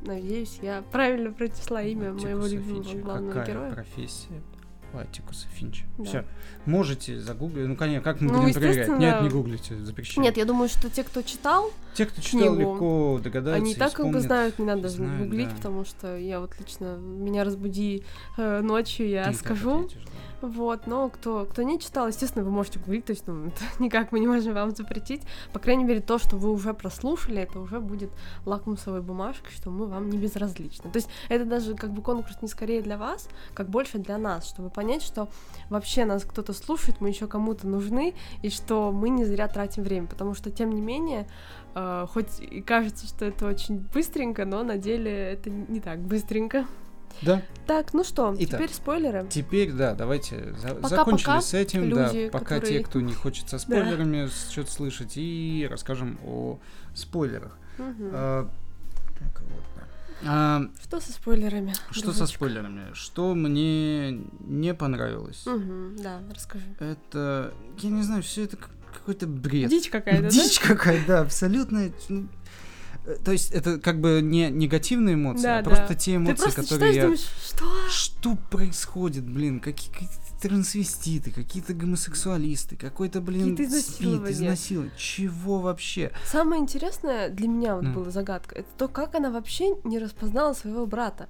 [SPEAKER 1] Надеюсь, я правильно прочла имя
[SPEAKER 2] Аттикуса
[SPEAKER 1] моего любимого
[SPEAKER 2] Финча.
[SPEAKER 1] главного
[SPEAKER 2] Какая
[SPEAKER 1] героя.
[SPEAKER 2] профессия? у Аттикуса Финча.
[SPEAKER 1] Да.
[SPEAKER 2] Все. Можете загуглить. Ну, конечно, как мы
[SPEAKER 1] Ну,
[SPEAKER 2] будем проверять? Нет,
[SPEAKER 1] естественно.
[SPEAKER 2] не гуглите, запрещено.
[SPEAKER 1] Нет, я думаю, что те, кто читал,
[SPEAKER 2] Те, кто читал,
[SPEAKER 1] книгу.
[SPEAKER 2] легко догадаются.
[SPEAKER 1] они и
[SPEAKER 2] и
[SPEAKER 1] так как бы
[SPEAKER 2] вспомнят.
[SPEAKER 1] знают, не надо даже
[SPEAKER 2] знают,
[SPEAKER 1] гуглить,
[SPEAKER 2] да.
[SPEAKER 1] потому что я вот лично, меня разбуди э, ночью, я
[SPEAKER 2] Ты и так
[SPEAKER 1] скажу.
[SPEAKER 2] ответишь, да.
[SPEAKER 1] Вот, но кто, кто не читал, естественно, вы можете гуглить, то есть ну, это никак мы не можем вам запретить. По крайней мере, то, что вы уже прослушали, это уже будет лакмусовой бумажкой, что мы вам не безразличны. То есть это даже как бы конкурс не скорее для вас, как больше для нас, чтобы понять, что вообще нас кто-то слушает, мы еще кому-то нужны, и что мы не зря тратим время, потому что, тем не менее, э, хоть и кажется, что это очень быстренько, но на деле это не так быстренько.
[SPEAKER 2] Да.
[SPEAKER 1] Так, ну что,
[SPEAKER 2] Итак.
[SPEAKER 1] теперь спойлеры.
[SPEAKER 2] Теперь, да, давайте за-
[SPEAKER 1] Пока-пока,
[SPEAKER 2] закончили с этим,
[SPEAKER 1] люди,
[SPEAKER 2] да, пока
[SPEAKER 1] которые-
[SPEAKER 2] те, кто не хочет со спойлерами что-то слышать, и расскажем о спойлерах.
[SPEAKER 1] Мгм.
[SPEAKER 2] А, так, вот, да. А,
[SPEAKER 1] Что со спойлерами?
[SPEAKER 2] что со спойлерами? Что мне не понравилось?
[SPEAKER 1] Угу, да, расскажи.
[SPEAKER 2] Это, я не знаю, все это как- какой-то бред.
[SPEAKER 1] Дичь какая-то, да?
[SPEAKER 2] Дичь какая, да, абсолютно. ну, э, То есть это как бы не негативные эмоции,
[SPEAKER 1] Да,
[SPEAKER 2] а
[SPEAKER 1] да.
[SPEAKER 2] просто те
[SPEAKER 1] Ты
[SPEAKER 2] эмоции,
[SPEAKER 1] просто
[SPEAKER 2] которые
[SPEAKER 1] читаешь,
[SPEAKER 2] я...
[SPEAKER 1] думаешь, что?
[SPEAKER 2] Что происходит, блин? Какие, какие-то трансвеститы, какие-то гомосексуалисты, какой-то, блин,
[SPEAKER 1] Какие-то
[SPEAKER 2] спит,
[SPEAKER 1] изнасилования.
[SPEAKER 2] изнасилование. Чего вообще?
[SPEAKER 1] Самое интересное для меня вот
[SPEAKER 2] Ну.
[SPEAKER 1] была загадка, это то, как она вообще не распознала своего брата.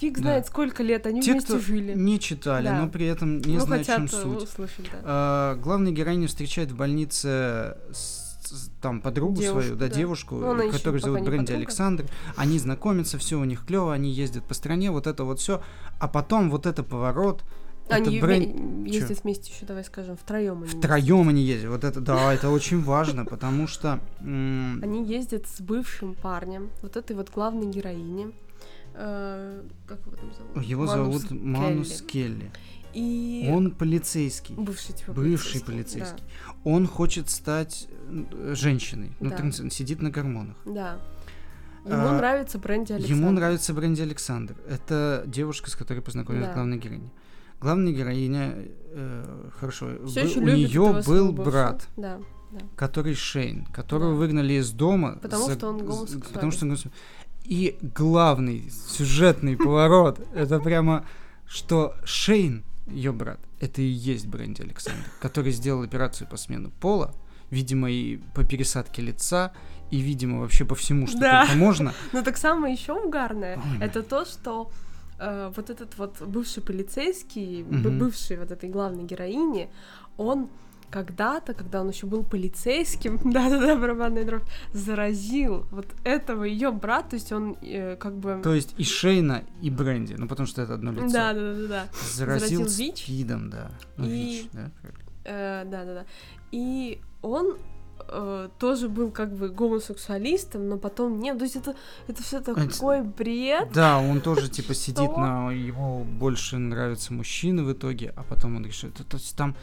[SPEAKER 1] Фиг
[SPEAKER 2] Да.
[SPEAKER 1] знает, сколько лет они
[SPEAKER 2] Те,
[SPEAKER 1] вместе
[SPEAKER 2] кто
[SPEAKER 1] жили.
[SPEAKER 2] Не читали,
[SPEAKER 1] Да.
[SPEAKER 2] но при этом не
[SPEAKER 1] ну,
[SPEAKER 2] знают,
[SPEAKER 1] хотя
[SPEAKER 2] в чем
[SPEAKER 1] то
[SPEAKER 2] суть.
[SPEAKER 1] услышали, да.
[SPEAKER 2] А, главная героиня встречает в больнице с- с- там подругу
[SPEAKER 1] Девушку,
[SPEAKER 2] свою, да,
[SPEAKER 1] да.
[SPEAKER 2] девушку,
[SPEAKER 1] Ну, она ещё
[SPEAKER 2] которую
[SPEAKER 1] пока
[SPEAKER 2] зовут
[SPEAKER 1] не
[SPEAKER 2] Бренди
[SPEAKER 1] подруга.
[SPEAKER 2] Александр. Они знакомятся, все у них клево, они ездят по стране, вот это вот все. А потом вот это поворот. это
[SPEAKER 1] они вме-
[SPEAKER 2] Брен-
[SPEAKER 1] ездят вместе еще, давай скажем, втроем они.
[SPEAKER 2] Втроем они ездят. Вот это, да, это очень важно, потому что м,
[SPEAKER 1] Они ездят с бывшим парнем, вот этой вот главной героини. Э, как его там зовут?
[SPEAKER 2] его
[SPEAKER 1] Манус
[SPEAKER 2] зовут
[SPEAKER 1] Келли.
[SPEAKER 2] Манус Келли.
[SPEAKER 1] И...
[SPEAKER 2] Он полицейский.
[SPEAKER 1] Бывший, типа,
[SPEAKER 2] Бывший
[SPEAKER 1] полицейский.
[SPEAKER 2] полицейский. Он хочет стать э, женщиной. Ну,
[SPEAKER 1] Да.
[SPEAKER 2] транс- сидит на гормонах.
[SPEAKER 1] Да. Ему
[SPEAKER 2] А,
[SPEAKER 1] нравится бренди Александр.
[SPEAKER 2] Ему нравится Бренди Александр. Это девушка, с которой познакомилась
[SPEAKER 1] Да.
[SPEAKER 2] главная героиня. Главная героиня, э, хорошо,
[SPEAKER 1] Всё
[SPEAKER 2] бы-
[SPEAKER 1] ещё любит
[SPEAKER 2] у
[SPEAKER 1] этого
[SPEAKER 2] нее
[SPEAKER 1] своего
[SPEAKER 2] был
[SPEAKER 1] бывшего.
[SPEAKER 2] брат,
[SPEAKER 1] Да.
[SPEAKER 2] который Шейн, которого
[SPEAKER 1] Да.
[SPEAKER 2] выгнали из дома.
[SPEAKER 1] Потому что он
[SPEAKER 2] за-
[SPEAKER 1] гомосексуален.
[SPEAKER 2] Потому что он гомосексуален. И главный сюжетный поворот, это прямо, что Шейн, ее брат, это и есть Бренди Александр, который сделал операцию по смену пола, видимо, и по пересадке лица, и, видимо, вообще по всему, что
[SPEAKER 1] Да.
[SPEAKER 2] только можно.
[SPEAKER 1] Но так самое еще угарное,
[SPEAKER 2] Ой.
[SPEAKER 1] это то, что э, вот этот вот бывший полицейский, б-
[SPEAKER 2] Мгм.
[SPEAKER 1] бывший вот этой главной героини, он когда-то, когда он еще был полицейским, да-да-да, барабанная дробь, заразил вот этого ее брата, то есть он э, как бы...
[SPEAKER 2] То есть и Шейна, и Бренди, ну потому что это одно лицо.
[SPEAKER 1] Да-да-да-да.
[SPEAKER 2] Заразил,
[SPEAKER 1] Заразил ВИЧ.
[SPEAKER 2] спидом, да. Ну,
[SPEAKER 1] И-
[SPEAKER 2] ВИЧ, да.
[SPEAKER 1] Э, Да-да-да. И он э, тоже был как бы гомосексуалистом, но потом нет. То есть это, это
[SPEAKER 2] А,
[SPEAKER 1] все такой бред.
[SPEAKER 2] Да, он тоже типа сидит на его больше нравятся мужчины в итоге, а потом он решит, то есть там,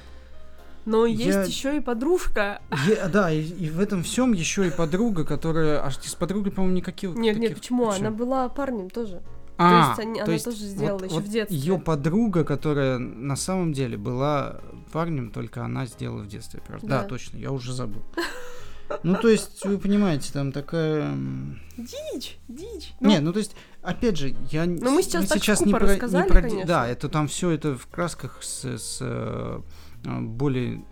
[SPEAKER 1] Но
[SPEAKER 2] Я-
[SPEAKER 1] есть еще и подружка.
[SPEAKER 2] Е- да, и, и в этом всем еще и подруга, которая, аж с подругой, по-моему, никаких.
[SPEAKER 1] Нет, нет,
[SPEAKER 2] таких-
[SPEAKER 1] почему?
[SPEAKER 2] Чё?
[SPEAKER 1] Она была парнем тоже.
[SPEAKER 2] А,
[SPEAKER 1] есть они- она тоже сделала ещё в детстве.
[SPEAKER 2] Ее подруга, которая на самом деле была парнем, только она сделала в детстве. операцию. Да,
[SPEAKER 1] Да.
[SPEAKER 2] точно, я уже забыл. Ну, то есть, вы понимаете, там такая... м,
[SPEAKER 1] Дичь, дичь. Ну,
[SPEAKER 2] Не, ну, то есть, опять же, я... н-
[SPEAKER 1] Ну, мы сейчас так
[SPEAKER 2] не
[SPEAKER 1] скупо
[SPEAKER 2] про, не
[SPEAKER 1] рассказали,
[SPEAKER 2] про де-
[SPEAKER 1] конечно.
[SPEAKER 2] Да, это там все это в красках с, с, э, э, более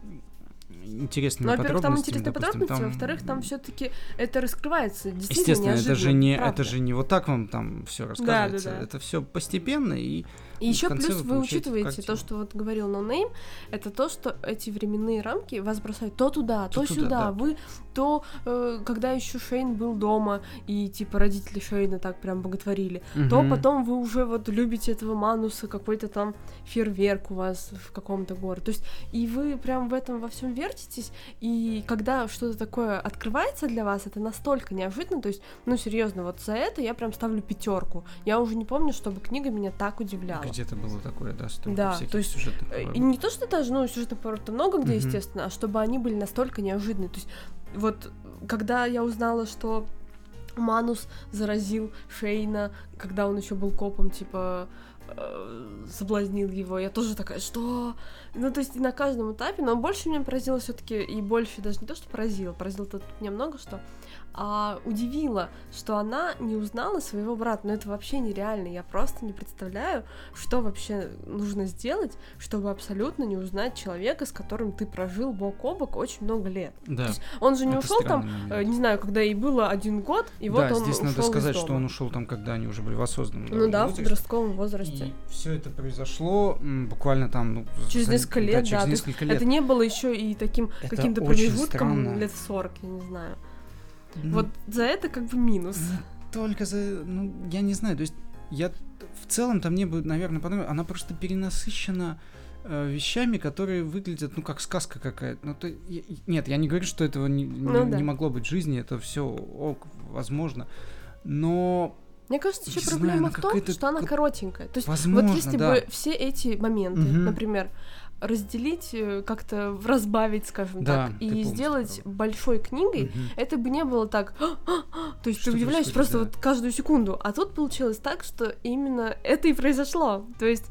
[SPEAKER 2] интересными
[SPEAKER 1] Ну, во-первых, там
[SPEAKER 2] подробностями,
[SPEAKER 1] интересные
[SPEAKER 2] допустим,
[SPEAKER 1] подробности,
[SPEAKER 2] там-
[SPEAKER 1] во-вторых, там все-таки это раскрывается. Действительно,
[SPEAKER 2] Естественно, это же
[SPEAKER 1] неожиданно,
[SPEAKER 2] не,
[SPEAKER 1] правда.
[SPEAKER 2] это же не вот так вам там все рассказывается.
[SPEAKER 1] да.
[SPEAKER 2] Это все постепенно и
[SPEAKER 1] И
[SPEAKER 2] Ну, в
[SPEAKER 1] еще
[SPEAKER 2] конце
[SPEAKER 1] плюс
[SPEAKER 2] вы
[SPEAKER 1] вы
[SPEAKER 2] получаете
[SPEAKER 1] учитываете
[SPEAKER 2] картину.
[SPEAKER 1] то, что вот говорил NoName, это то, что эти временные рамки вас бросают то туда, то,
[SPEAKER 2] То туда,
[SPEAKER 1] сюда.
[SPEAKER 2] да.
[SPEAKER 1] Вы то, э, когда еще Шейн был дома, и типа родители Шейна так прям боготворили, то
[SPEAKER 2] Мгм.
[SPEAKER 1] потом вы уже вот любите этого Мануса, какой-то там фейерверк у вас в каком-то городе. То есть, и вы прям в этом во всем вертитесь, и когда что-то такое открывается для вас, это настолько неожиданно, то есть, ну, серьезно, вот за это я прям ставлю пятерку. Я уже не помню, чтобы книга меня так удивляла.
[SPEAKER 2] где-то было такое, да, столько
[SPEAKER 1] Да,
[SPEAKER 2] всяких
[SPEAKER 1] то есть,
[SPEAKER 2] сюжетных
[SPEAKER 1] Э, И
[SPEAKER 2] поворотов.
[SPEAKER 1] не то, что даже, ну, сюжетных поворотов много где,
[SPEAKER 2] Мгм.
[SPEAKER 1] естественно, а чтобы они были настолько неожиданные. То есть, вот, когда я узнала, что Манус заразил Шейна, когда он еще был копом, типа, э, соблазнил его, я тоже такая, что? Ну, то есть, на каждом этапе, но больше меня поразило все таки и больше даже не то, что поразило, поразило тут меня много что, а удивило, что она не узнала своего брата, но это вообще нереально, я просто не представляю, что вообще нужно сделать, чтобы абсолютно не узнать человека, с которым ты прожил бок о бок очень много лет.
[SPEAKER 2] Да,
[SPEAKER 1] Он же не
[SPEAKER 2] это
[SPEAKER 1] ушел там,
[SPEAKER 2] странный
[SPEAKER 1] э,
[SPEAKER 2] момент.
[SPEAKER 1] не знаю, когда ей было один год, и вот
[SPEAKER 2] да,
[SPEAKER 1] он
[SPEAKER 2] здесь надо
[SPEAKER 1] ушёл из
[SPEAKER 2] сказать, что
[SPEAKER 1] дома.
[SPEAKER 2] он ушел там, когда они уже были в осознанном
[SPEAKER 1] Ну да, в
[SPEAKER 2] возрасте.
[SPEAKER 1] подростковом возрасте.
[SPEAKER 2] И все это произошло м, буквально там ну,
[SPEAKER 1] Через
[SPEAKER 2] за-
[SPEAKER 1] несколько лет, да,
[SPEAKER 2] через
[SPEAKER 1] то есть
[SPEAKER 2] несколько лет.
[SPEAKER 1] Это не было еще и таким
[SPEAKER 2] Это
[SPEAKER 1] каким-то
[SPEAKER 2] очень
[SPEAKER 1] промежутком
[SPEAKER 2] странно.
[SPEAKER 1] лет в 40, я не знаю.
[SPEAKER 2] Ну,
[SPEAKER 1] Вот за это как бы минус.
[SPEAKER 2] Только за, ну я не знаю, то есть я т- в целом там мне бы, наверное, понравилось, она просто перенасыщена э, вещами, которые выглядят, ну, как сказка какая-то. Ну, то и- и- нет, я не говорю, что этого не, не-
[SPEAKER 1] Ну да.
[SPEAKER 2] не могло быть в жизни, это все ок, возможно. Но,
[SPEAKER 1] Мне кажется, еще
[SPEAKER 2] Не знаю,
[SPEAKER 1] проблема
[SPEAKER 2] она
[SPEAKER 1] в том,
[SPEAKER 2] какая-то
[SPEAKER 1] что она
[SPEAKER 2] как-
[SPEAKER 1] коротенькая. То есть,
[SPEAKER 2] возможно,
[SPEAKER 1] вот если
[SPEAKER 2] да.
[SPEAKER 1] бы все эти моменты,
[SPEAKER 2] Мгм.
[SPEAKER 1] например, разделить, э, как-то разбавить, скажем
[SPEAKER 2] Да,
[SPEAKER 1] так,
[SPEAKER 2] ты
[SPEAKER 1] и
[SPEAKER 2] полностью
[SPEAKER 1] сделать большой книгой,
[SPEAKER 2] Мгм.
[SPEAKER 1] это бы не было так. «А, То есть
[SPEAKER 2] Что
[SPEAKER 1] ты удивляешься
[SPEAKER 2] происходит,
[SPEAKER 1] просто
[SPEAKER 2] да.
[SPEAKER 1] вот каждую секунду. А тут получилось так, что именно это и произошло. То есть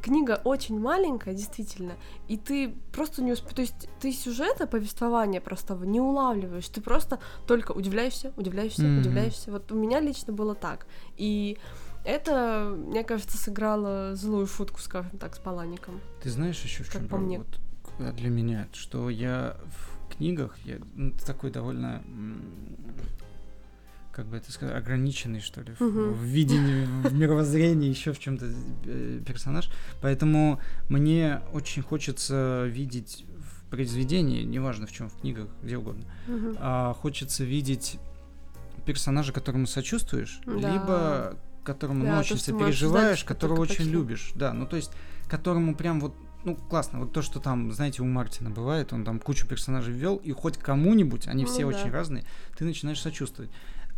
[SPEAKER 1] книга очень маленькая, действительно, и ты просто не успе- То есть ты сюжета, повествования простого не улавливаешь. Ты просто только удивляешься, удивляешься,
[SPEAKER 2] Мгм.
[SPEAKER 1] удивляешься. Вот у меня лично было так. И это, мне кажется, сыграло злую шутку, скажем так, с Палаником.
[SPEAKER 2] Ты знаешь еще в
[SPEAKER 1] Как
[SPEAKER 2] чем
[SPEAKER 1] по мне.
[SPEAKER 2] э, для меня, что я в книгах, я ну, такой довольно, м, как бы это сказать, ограниченный, что ли, в,
[SPEAKER 1] Мгм.
[SPEAKER 2] в видении, в мировоззрении, еще в чем-то персонаж. Поэтому мне очень хочется видеть в произведении, неважно в чем, в книгах, где угодно,
[SPEAKER 1] Мгм.
[SPEAKER 2] а хочется видеть персонажа, которому сочувствуешь,
[SPEAKER 1] Да.
[SPEAKER 2] либо которому
[SPEAKER 1] Да,
[SPEAKER 2] ну,
[SPEAKER 1] то,
[SPEAKER 2] очень
[SPEAKER 1] что
[SPEAKER 2] все
[SPEAKER 1] мы обсуждали
[SPEAKER 2] переживаешь,
[SPEAKER 1] только
[SPEAKER 2] которого очень
[SPEAKER 1] почти.
[SPEAKER 2] любишь, да, ну то есть которому прям вот ну классно, вот то, что там, знаете, у Мартина бывает, он там кучу персонажей ввел, и хоть кому-нибудь, они
[SPEAKER 1] Ну
[SPEAKER 2] все
[SPEAKER 1] да.
[SPEAKER 2] очень разные, ты начинаешь сочувствовать.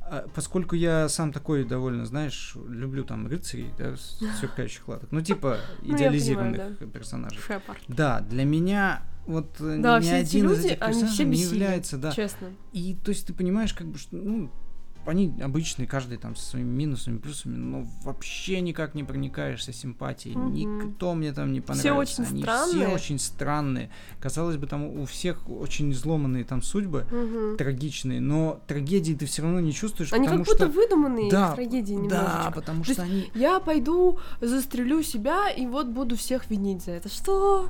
[SPEAKER 2] А, Поскольку я сам такой довольно, знаешь, люблю там рыцарей, да, с сверкающих латок, ну типа
[SPEAKER 1] я
[SPEAKER 2] идеализированных
[SPEAKER 1] понимаю,
[SPEAKER 2] персонажей.
[SPEAKER 1] Шепард,
[SPEAKER 2] Да, для меня вот э,
[SPEAKER 1] Да,
[SPEAKER 2] ни
[SPEAKER 1] все эти
[SPEAKER 2] один из
[SPEAKER 1] люди,
[SPEAKER 2] этих
[SPEAKER 1] они все
[SPEAKER 2] персонажей не
[SPEAKER 1] бессильны,
[SPEAKER 2] является, да,
[SPEAKER 1] честно.
[SPEAKER 2] и то есть ты понимаешь, как бы, что, ну, они обычные, каждый там со своими минусами, плюсами, но вообще никак не проникаешься симпатией.
[SPEAKER 1] Мгм.
[SPEAKER 2] Никто мне там не
[SPEAKER 1] Все
[SPEAKER 2] понравился.
[SPEAKER 1] очень
[SPEAKER 2] Они
[SPEAKER 1] странные.
[SPEAKER 2] Все очень странные. Казалось бы, там у всех очень изломанные там судьбы,
[SPEAKER 1] Мгм.
[SPEAKER 2] трагичные, но трагедии ты все равно не чувствуешь,
[SPEAKER 1] Они как
[SPEAKER 2] потому
[SPEAKER 1] будто
[SPEAKER 2] что...
[SPEAKER 1] выдуманные
[SPEAKER 2] Да,
[SPEAKER 1] из трагедии
[SPEAKER 2] Да,
[SPEAKER 1] немножечко.
[SPEAKER 2] потому
[SPEAKER 1] То
[SPEAKER 2] что они...
[SPEAKER 1] Я пойду, застрелю себя и вот буду всех винить за это. Что?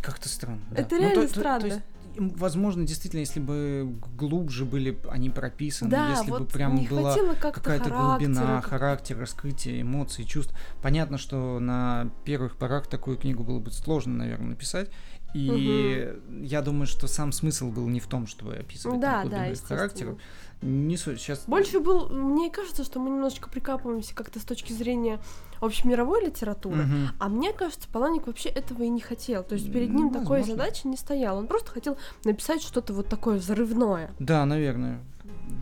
[SPEAKER 2] Как-то странно. да.
[SPEAKER 1] Это
[SPEAKER 2] Ну,
[SPEAKER 1] реально
[SPEAKER 2] то- то- то
[SPEAKER 1] странно.
[SPEAKER 2] есть, м, Возможно, действительно, если бы г- глубже были б они прописаны,
[SPEAKER 1] да,
[SPEAKER 2] ну если
[SPEAKER 1] вот
[SPEAKER 2] бы прям
[SPEAKER 1] не
[SPEAKER 2] была
[SPEAKER 1] хватило как-то
[SPEAKER 2] какая-то
[SPEAKER 1] характера,
[SPEAKER 2] глубина,
[SPEAKER 1] как-
[SPEAKER 2] характер, раскрытие эмоций, чувств. Понятно, что на первых порах такую книгу было бы сложно, наверное, написать. И я думаю, что сам смысл был не в том, чтобы описывать там
[SPEAKER 1] Да, да,
[SPEAKER 2] глубину их
[SPEAKER 1] естественно.
[SPEAKER 2] характеров. Не суть. Сейчас
[SPEAKER 1] Больше был, мне кажется, что мы немножечко прикапываемся как-то с точки зрения общемировой литературы. А мне кажется, Паланик вообще этого и не хотел. То есть перед ним
[SPEAKER 2] Ну,
[SPEAKER 1] такой
[SPEAKER 2] возможно.
[SPEAKER 1] задачи не стояла. Он просто хотел написать что-то вот такое взрывное.
[SPEAKER 2] Да, наверное.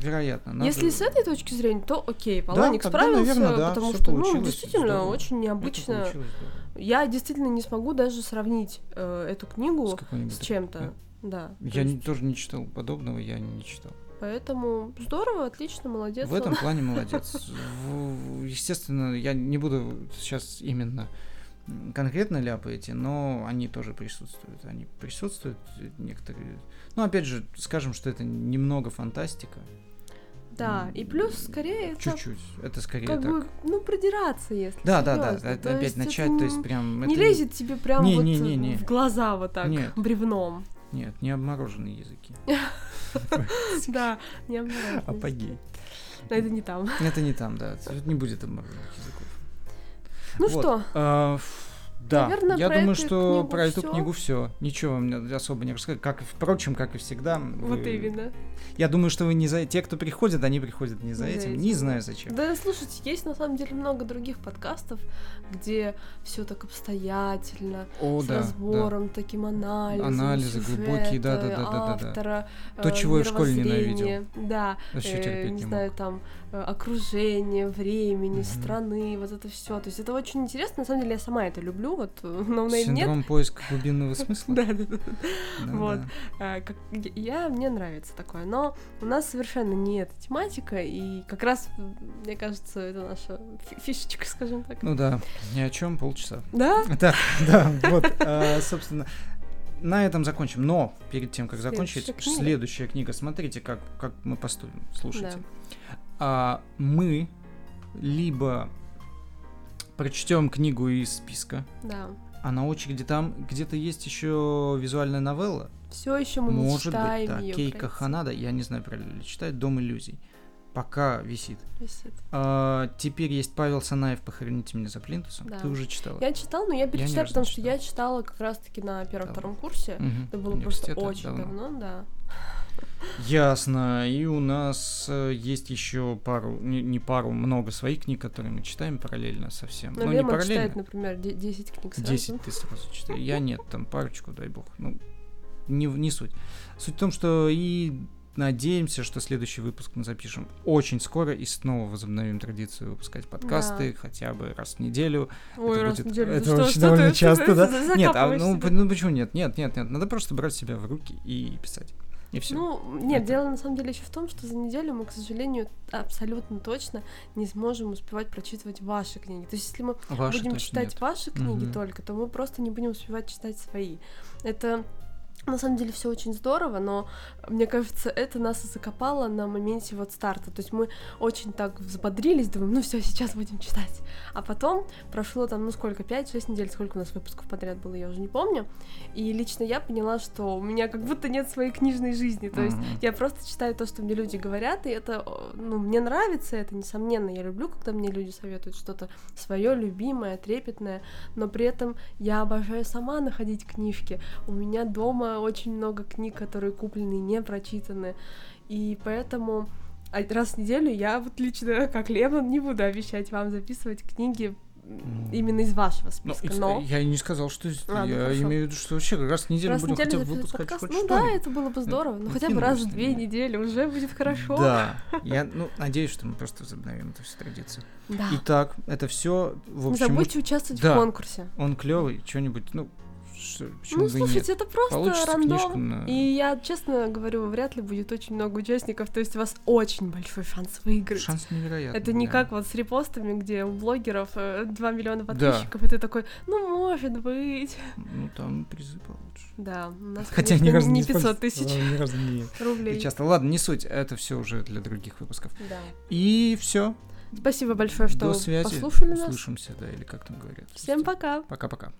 [SPEAKER 2] Вероятно. надо-
[SPEAKER 1] Если с этой точки зрения, то окей, Паланик
[SPEAKER 2] тогда,
[SPEAKER 1] справился,
[SPEAKER 2] наверно, да,
[SPEAKER 1] потому
[SPEAKER 2] всё
[SPEAKER 1] что, ну,
[SPEAKER 2] получилось,
[SPEAKER 1] действительно,
[SPEAKER 2] здорово.
[SPEAKER 1] очень
[SPEAKER 2] Ну, это
[SPEAKER 1] необычно.
[SPEAKER 2] получилось, да.
[SPEAKER 1] Я действительно не смогу даже сравнить э, эту
[SPEAKER 2] С
[SPEAKER 1] книгу
[SPEAKER 2] какой-нибудь
[SPEAKER 1] с,
[SPEAKER 2] такой,
[SPEAKER 1] чем-то. Да.
[SPEAKER 2] да.
[SPEAKER 1] то
[SPEAKER 2] Я не-
[SPEAKER 1] есть,
[SPEAKER 2] тоже не читал подобного, я не читал.
[SPEAKER 1] Поэтому здорово, отлично, молодец.
[SPEAKER 2] В этом плане молодец. В- в- Естественно, я не буду сейчас именно конкретно ляпаете, но они тоже присутствуют. Они присутствуют некоторые. Ну, опять же, скажем, что это немного фантастика.
[SPEAKER 1] Да, и плюс скорее это
[SPEAKER 2] Чуть-чуть. Это скорее
[SPEAKER 1] как
[SPEAKER 2] так.
[SPEAKER 1] бы, ну, продираться, если
[SPEAKER 2] Да, да, да.
[SPEAKER 1] серьёзно.
[SPEAKER 2] Это
[SPEAKER 1] То
[SPEAKER 2] опять
[SPEAKER 1] есть
[SPEAKER 2] начать,
[SPEAKER 1] это
[SPEAKER 2] то есть прям.
[SPEAKER 1] Не
[SPEAKER 2] это
[SPEAKER 1] лезет тебе прям
[SPEAKER 2] Не,
[SPEAKER 1] вот
[SPEAKER 2] не, не, не.
[SPEAKER 1] в глаза вот так
[SPEAKER 2] Нет.
[SPEAKER 1] бревном.
[SPEAKER 2] Нет, не обмороженные языки.
[SPEAKER 1] Да, не обманывай.
[SPEAKER 2] А Апогей.
[SPEAKER 1] Но Это не там.
[SPEAKER 2] Это не там, да. Тут не будет обмороженных языков.
[SPEAKER 1] Ну
[SPEAKER 2] Вот.
[SPEAKER 1] что,
[SPEAKER 2] А, ф- Да,
[SPEAKER 1] Наверное,
[SPEAKER 2] я
[SPEAKER 1] про
[SPEAKER 2] думаю,
[SPEAKER 1] эту
[SPEAKER 2] что
[SPEAKER 1] книгу
[SPEAKER 2] про эту
[SPEAKER 1] всё.
[SPEAKER 2] книгу все. Ничего вам не- особо не рассказать. Как, и- впрочем, как и всегда.
[SPEAKER 1] вот
[SPEAKER 2] вы-
[SPEAKER 1] именно.
[SPEAKER 2] Я думаю, что вы не за те, кто приходит, они приходят не за
[SPEAKER 1] Не за
[SPEAKER 2] этим.
[SPEAKER 1] этим,
[SPEAKER 2] Не
[SPEAKER 1] да.
[SPEAKER 2] знаю зачем.
[SPEAKER 1] Да, слушайте, есть на самом деле много других подкастов, где все так обстоятельно,
[SPEAKER 2] О,
[SPEAKER 1] с
[SPEAKER 2] да, да.
[SPEAKER 1] разбором, таким анализом.
[SPEAKER 2] Анализы
[SPEAKER 1] сюжета,
[SPEAKER 2] глубокие, да-да-да-да-да-да.
[SPEAKER 1] Автора,
[SPEAKER 2] То,
[SPEAKER 1] э,
[SPEAKER 2] чего я в школе ненавидел.
[SPEAKER 1] мировоззрения, Да,
[SPEAKER 2] Вообще
[SPEAKER 1] э,
[SPEAKER 2] терпеть
[SPEAKER 1] не
[SPEAKER 2] не
[SPEAKER 1] знаю,
[SPEAKER 2] мог.
[SPEAKER 1] там э, окружение, времени,
[SPEAKER 2] Мгм.
[SPEAKER 1] страны, вот это все. То есть это очень интересно, на самом деле я сама это люблю, вот но нет.
[SPEAKER 2] Синдром поиска глубинного смысла.
[SPEAKER 1] Да, да, да.
[SPEAKER 2] Да,
[SPEAKER 1] вот.
[SPEAKER 2] да.
[SPEAKER 1] А, как- я- я, мне нравится такое, но у нас совершенно не эта тематика, и как раз, м, мне кажется, это наша фи- фишечка, скажем так.
[SPEAKER 2] Ну да, ни о чем полчаса.
[SPEAKER 1] Да?
[SPEAKER 2] Так, да, вот, э, собственно, на этом закончим. Но перед тем, как
[SPEAKER 1] Следующая
[SPEAKER 2] закончить,
[SPEAKER 1] книга.
[SPEAKER 2] следующая книга. Смотрите, как, как мы поступим. Слушайте. А, мы либо прочтем книгу из списка,
[SPEAKER 1] Да.
[SPEAKER 2] а на очереди там где-то есть еще визуальная новелла.
[SPEAKER 1] Все еще мы
[SPEAKER 2] Может
[SPEAKER 1] мечтаем
[SPEAKER 2] быть, да.
[SPEAKER 1] её
[SPEAKER 2] Кейка
[SPEAKER 1] пройти.
[SPEAKER 2] Ханада, я не знаю, правильно ли читает, Дом иллюзий. Пока висит.
[SPEAKER 1] Висит.
[SPEAKER 2] А, теперь есть Павел Санаев, похороните меня за плинтусом.
[SPEAKER 1] Да.
[SPEAKER 2] Ты уже читала.
[SPEAKER 1] Я читала, но я
[SPEAKER 2] ни
[SPEAKER 1] перечитала,
[SPEAKER 2] разу типа. не
[SPEAKER 1] потому что
[SPEAKER 2] читал.
[SPEAKER 1] я читала как раз-таки на
[SPEAKER 2] Да
[SPEAKER 1] первом-втором курсе.
[SPEAKER 2] Мгм.
[SPEAKER 1] Это было просто
[SPEAKER 2] Университета
[SPEAKER 1] очень давно, да.
[SPEAKER 2] Ясно. И у нас э, есть еще пару, не, не пару, много своих книг, которые мы читаем параллельно совсем.
[SPEAKER 1] Но
[SPEAKER 2] Ну, не
[SPEAKER 1] Лермонтов читает,
[SPEAKER 2] параллельно.
[SPEAKER 1] например, де- 10 книг сразу.
[SPEAKER 2] Десять ты сразу читаешь. Я нет, там парочку, дай бог. Ну, не, в- не суть. Суть в том, что и надеемся, что следующий выпуск мы запишем очень скоро и снова возобновим традицию выпускать подкасты хотя бы раз в неделю.
[SPEAKER 1] Ой,
[SPEAKER 2] это
[SPEAKER 1] раз
[SPEAKER 2] будет-
[SPEAKER 1] в неделю.
[SPEAKER 2] это
[SPEAKER 1] что,
[SPEAKER 2] очень
[SPEAKER 1] что
[SPEAKER 2] довольно
[SPEAKER 1] ты-
[SPEAKER 2] часто,
[SPEAKER 1] ты
[SPEAKER 2] да?
[SPEAKER 1] за-
[SPEAKER 2] Нет, а
[SPEAKER 1] закапываешься?
[SPEAKER 2] ну, п- ну почему нет? Нет, нет, нет. Надо просто брать себя в руки и писать. И все.
[SPEAKER 1] Ну, нет,
[SPEAKER 2] Это-
[SPEAKER 1] дело на самом деле еще в том, что за неделю мы, к сожалению, абсолютно точно не сможем успевать прочитывать ваши книги. То есть, если мы будем читать ваши книги
[SPEAKER 2] Мгм.
[SPEAKER 1] только, то мы просто не будем успевать читать свои. Это на самом деле все очень здорово, но мне кажется, это нас и закопало на моменте вот старта. То есть мы очень так взбодрились, думаем, ну все, сейчас будем читать. А потом прошло там, ну сколько, 5-6 недель, сколько у нас выпусков подряд было, я уже не помню. И лично я поняла, что у меня как будто нет своей книжной жизни. То есть
[SPEAKER 2] Мгм.
[SPEAKER 1] я просто читаю то, что мне люди говорят, и это, о, ну, мне нравится это, несомненно, я люблю, когда мне люди советуют что-то свое, любимое, трепетное, но при этом я обожаю сама находить книжки. У меня дома очень много книг, которые куплены и не прочитаны, и поэтому а, раз в неделю я вот лично, как Лемон, не буду обещать вам записывать книги м,
[SPEAKER 2] Ну,
[SPEAKER 1] именно из вашего
[SPEAKER 2] Ну,
[SPEAKER 1] списка,
[SPEAKER 2] и-
[SPEAKER 1] но...
[SPEAKER 2] Я не сказал, что из-
[SPEAKER 1] Ладно,
[SPEAKER 2] я
[SPEAKER 1] хорошо.
[SPEAKER 2] имею в виду, что вообще раз в неделю
[SPEAKER 1] Раз в
[SPEAKER 2] будем
[SPEAKER 1] неделю
[SPEAKER 2] хотя бы
[SPEAKER 1] записывать
[SPEAKER 2] выпускать
[SPEAKER 1] подкаст,
[SPEAKER 2] хоть
[SPEAKER 1] ну да,
[SPEAKER 2] что-нибудь.
[SPEAKER 1] это было бы здорово, ну
[SPEAKER 2] ну,
[SPEAKER 1] хотя бы раз в
[SPEAKER 2] кино,
[SPEAKER 1] две
[SPEAKER 2] что-нибудь.
[SPEAKER 1] недели уже будет хорошо.
[SPEAKER 2] Да, я ну, надеюсь, что мы просто возобновим эту всю традицию.
[SPEAKER 1] Да.
[SPEAKER 2] Итак, это все, в
[SPEAKER 1] Не
[SPEAKER 2] общем,
[SPEAKER 1] забудьте участвовать
[SPEAKER 2] да.
[SPEAKER 1] в конкурсе.
[SPEAKER 2] он клевый, что-нибудь, ну, ш- почему
[SPEAKER 1] Ну,
[SPEAKER 2] бы и нет.
[SPEAKER 1] слушайте, это просто
[SPEAKER 2] Получится книжку
[SPEAKER 1] рандом.
[SPEAKER 2] на...
[SPEAKER 1] И я, честно говорю, вряд ли будет очень много участников, то есть у вас очень большой шанс выиграть.
[SPEAKER 2] Шанс невероятный.
[SPEAKER 1] Это не
[SPEAKER 2] да.
[SPEAKER 1] как вот с репостами, где у блогеров э, 2 миллиона
[SPEAKER 2] Да.
[SPEAKER 1] подписчиков, и ты такой, ну, может быть.
[SPEAKER 2] Ну, там призы получше.
[SPEAKER 1] Да, у нас,
[SPEAKER 2] Хотя ни
[SPEAKER 1] конечно,
[SPEAKER 2] разу
[SPEAKER 1] не
[SPEAKER 2] не
[SPEAKER 1] 500 тысяч
[SPEAKER 2] Ни разу не...
[SPEAKER 1] рублей.
[SPEAKER 2] Часто. Ладно, не суть, это все уже для других выпусков.
[SPEAKER 1] Да.
[SPEAKER 2] И все.
[SPEAKER 1] Спасибо большое, что
[SPEAKER 2] До связи.
[SPEAKER 1] послушали нас.
[SPEAKER 2] Услышимся, да, или как там говорят.
[SPEAKER 1] Всем пока!
[SPEAKER 2] Пока-пока.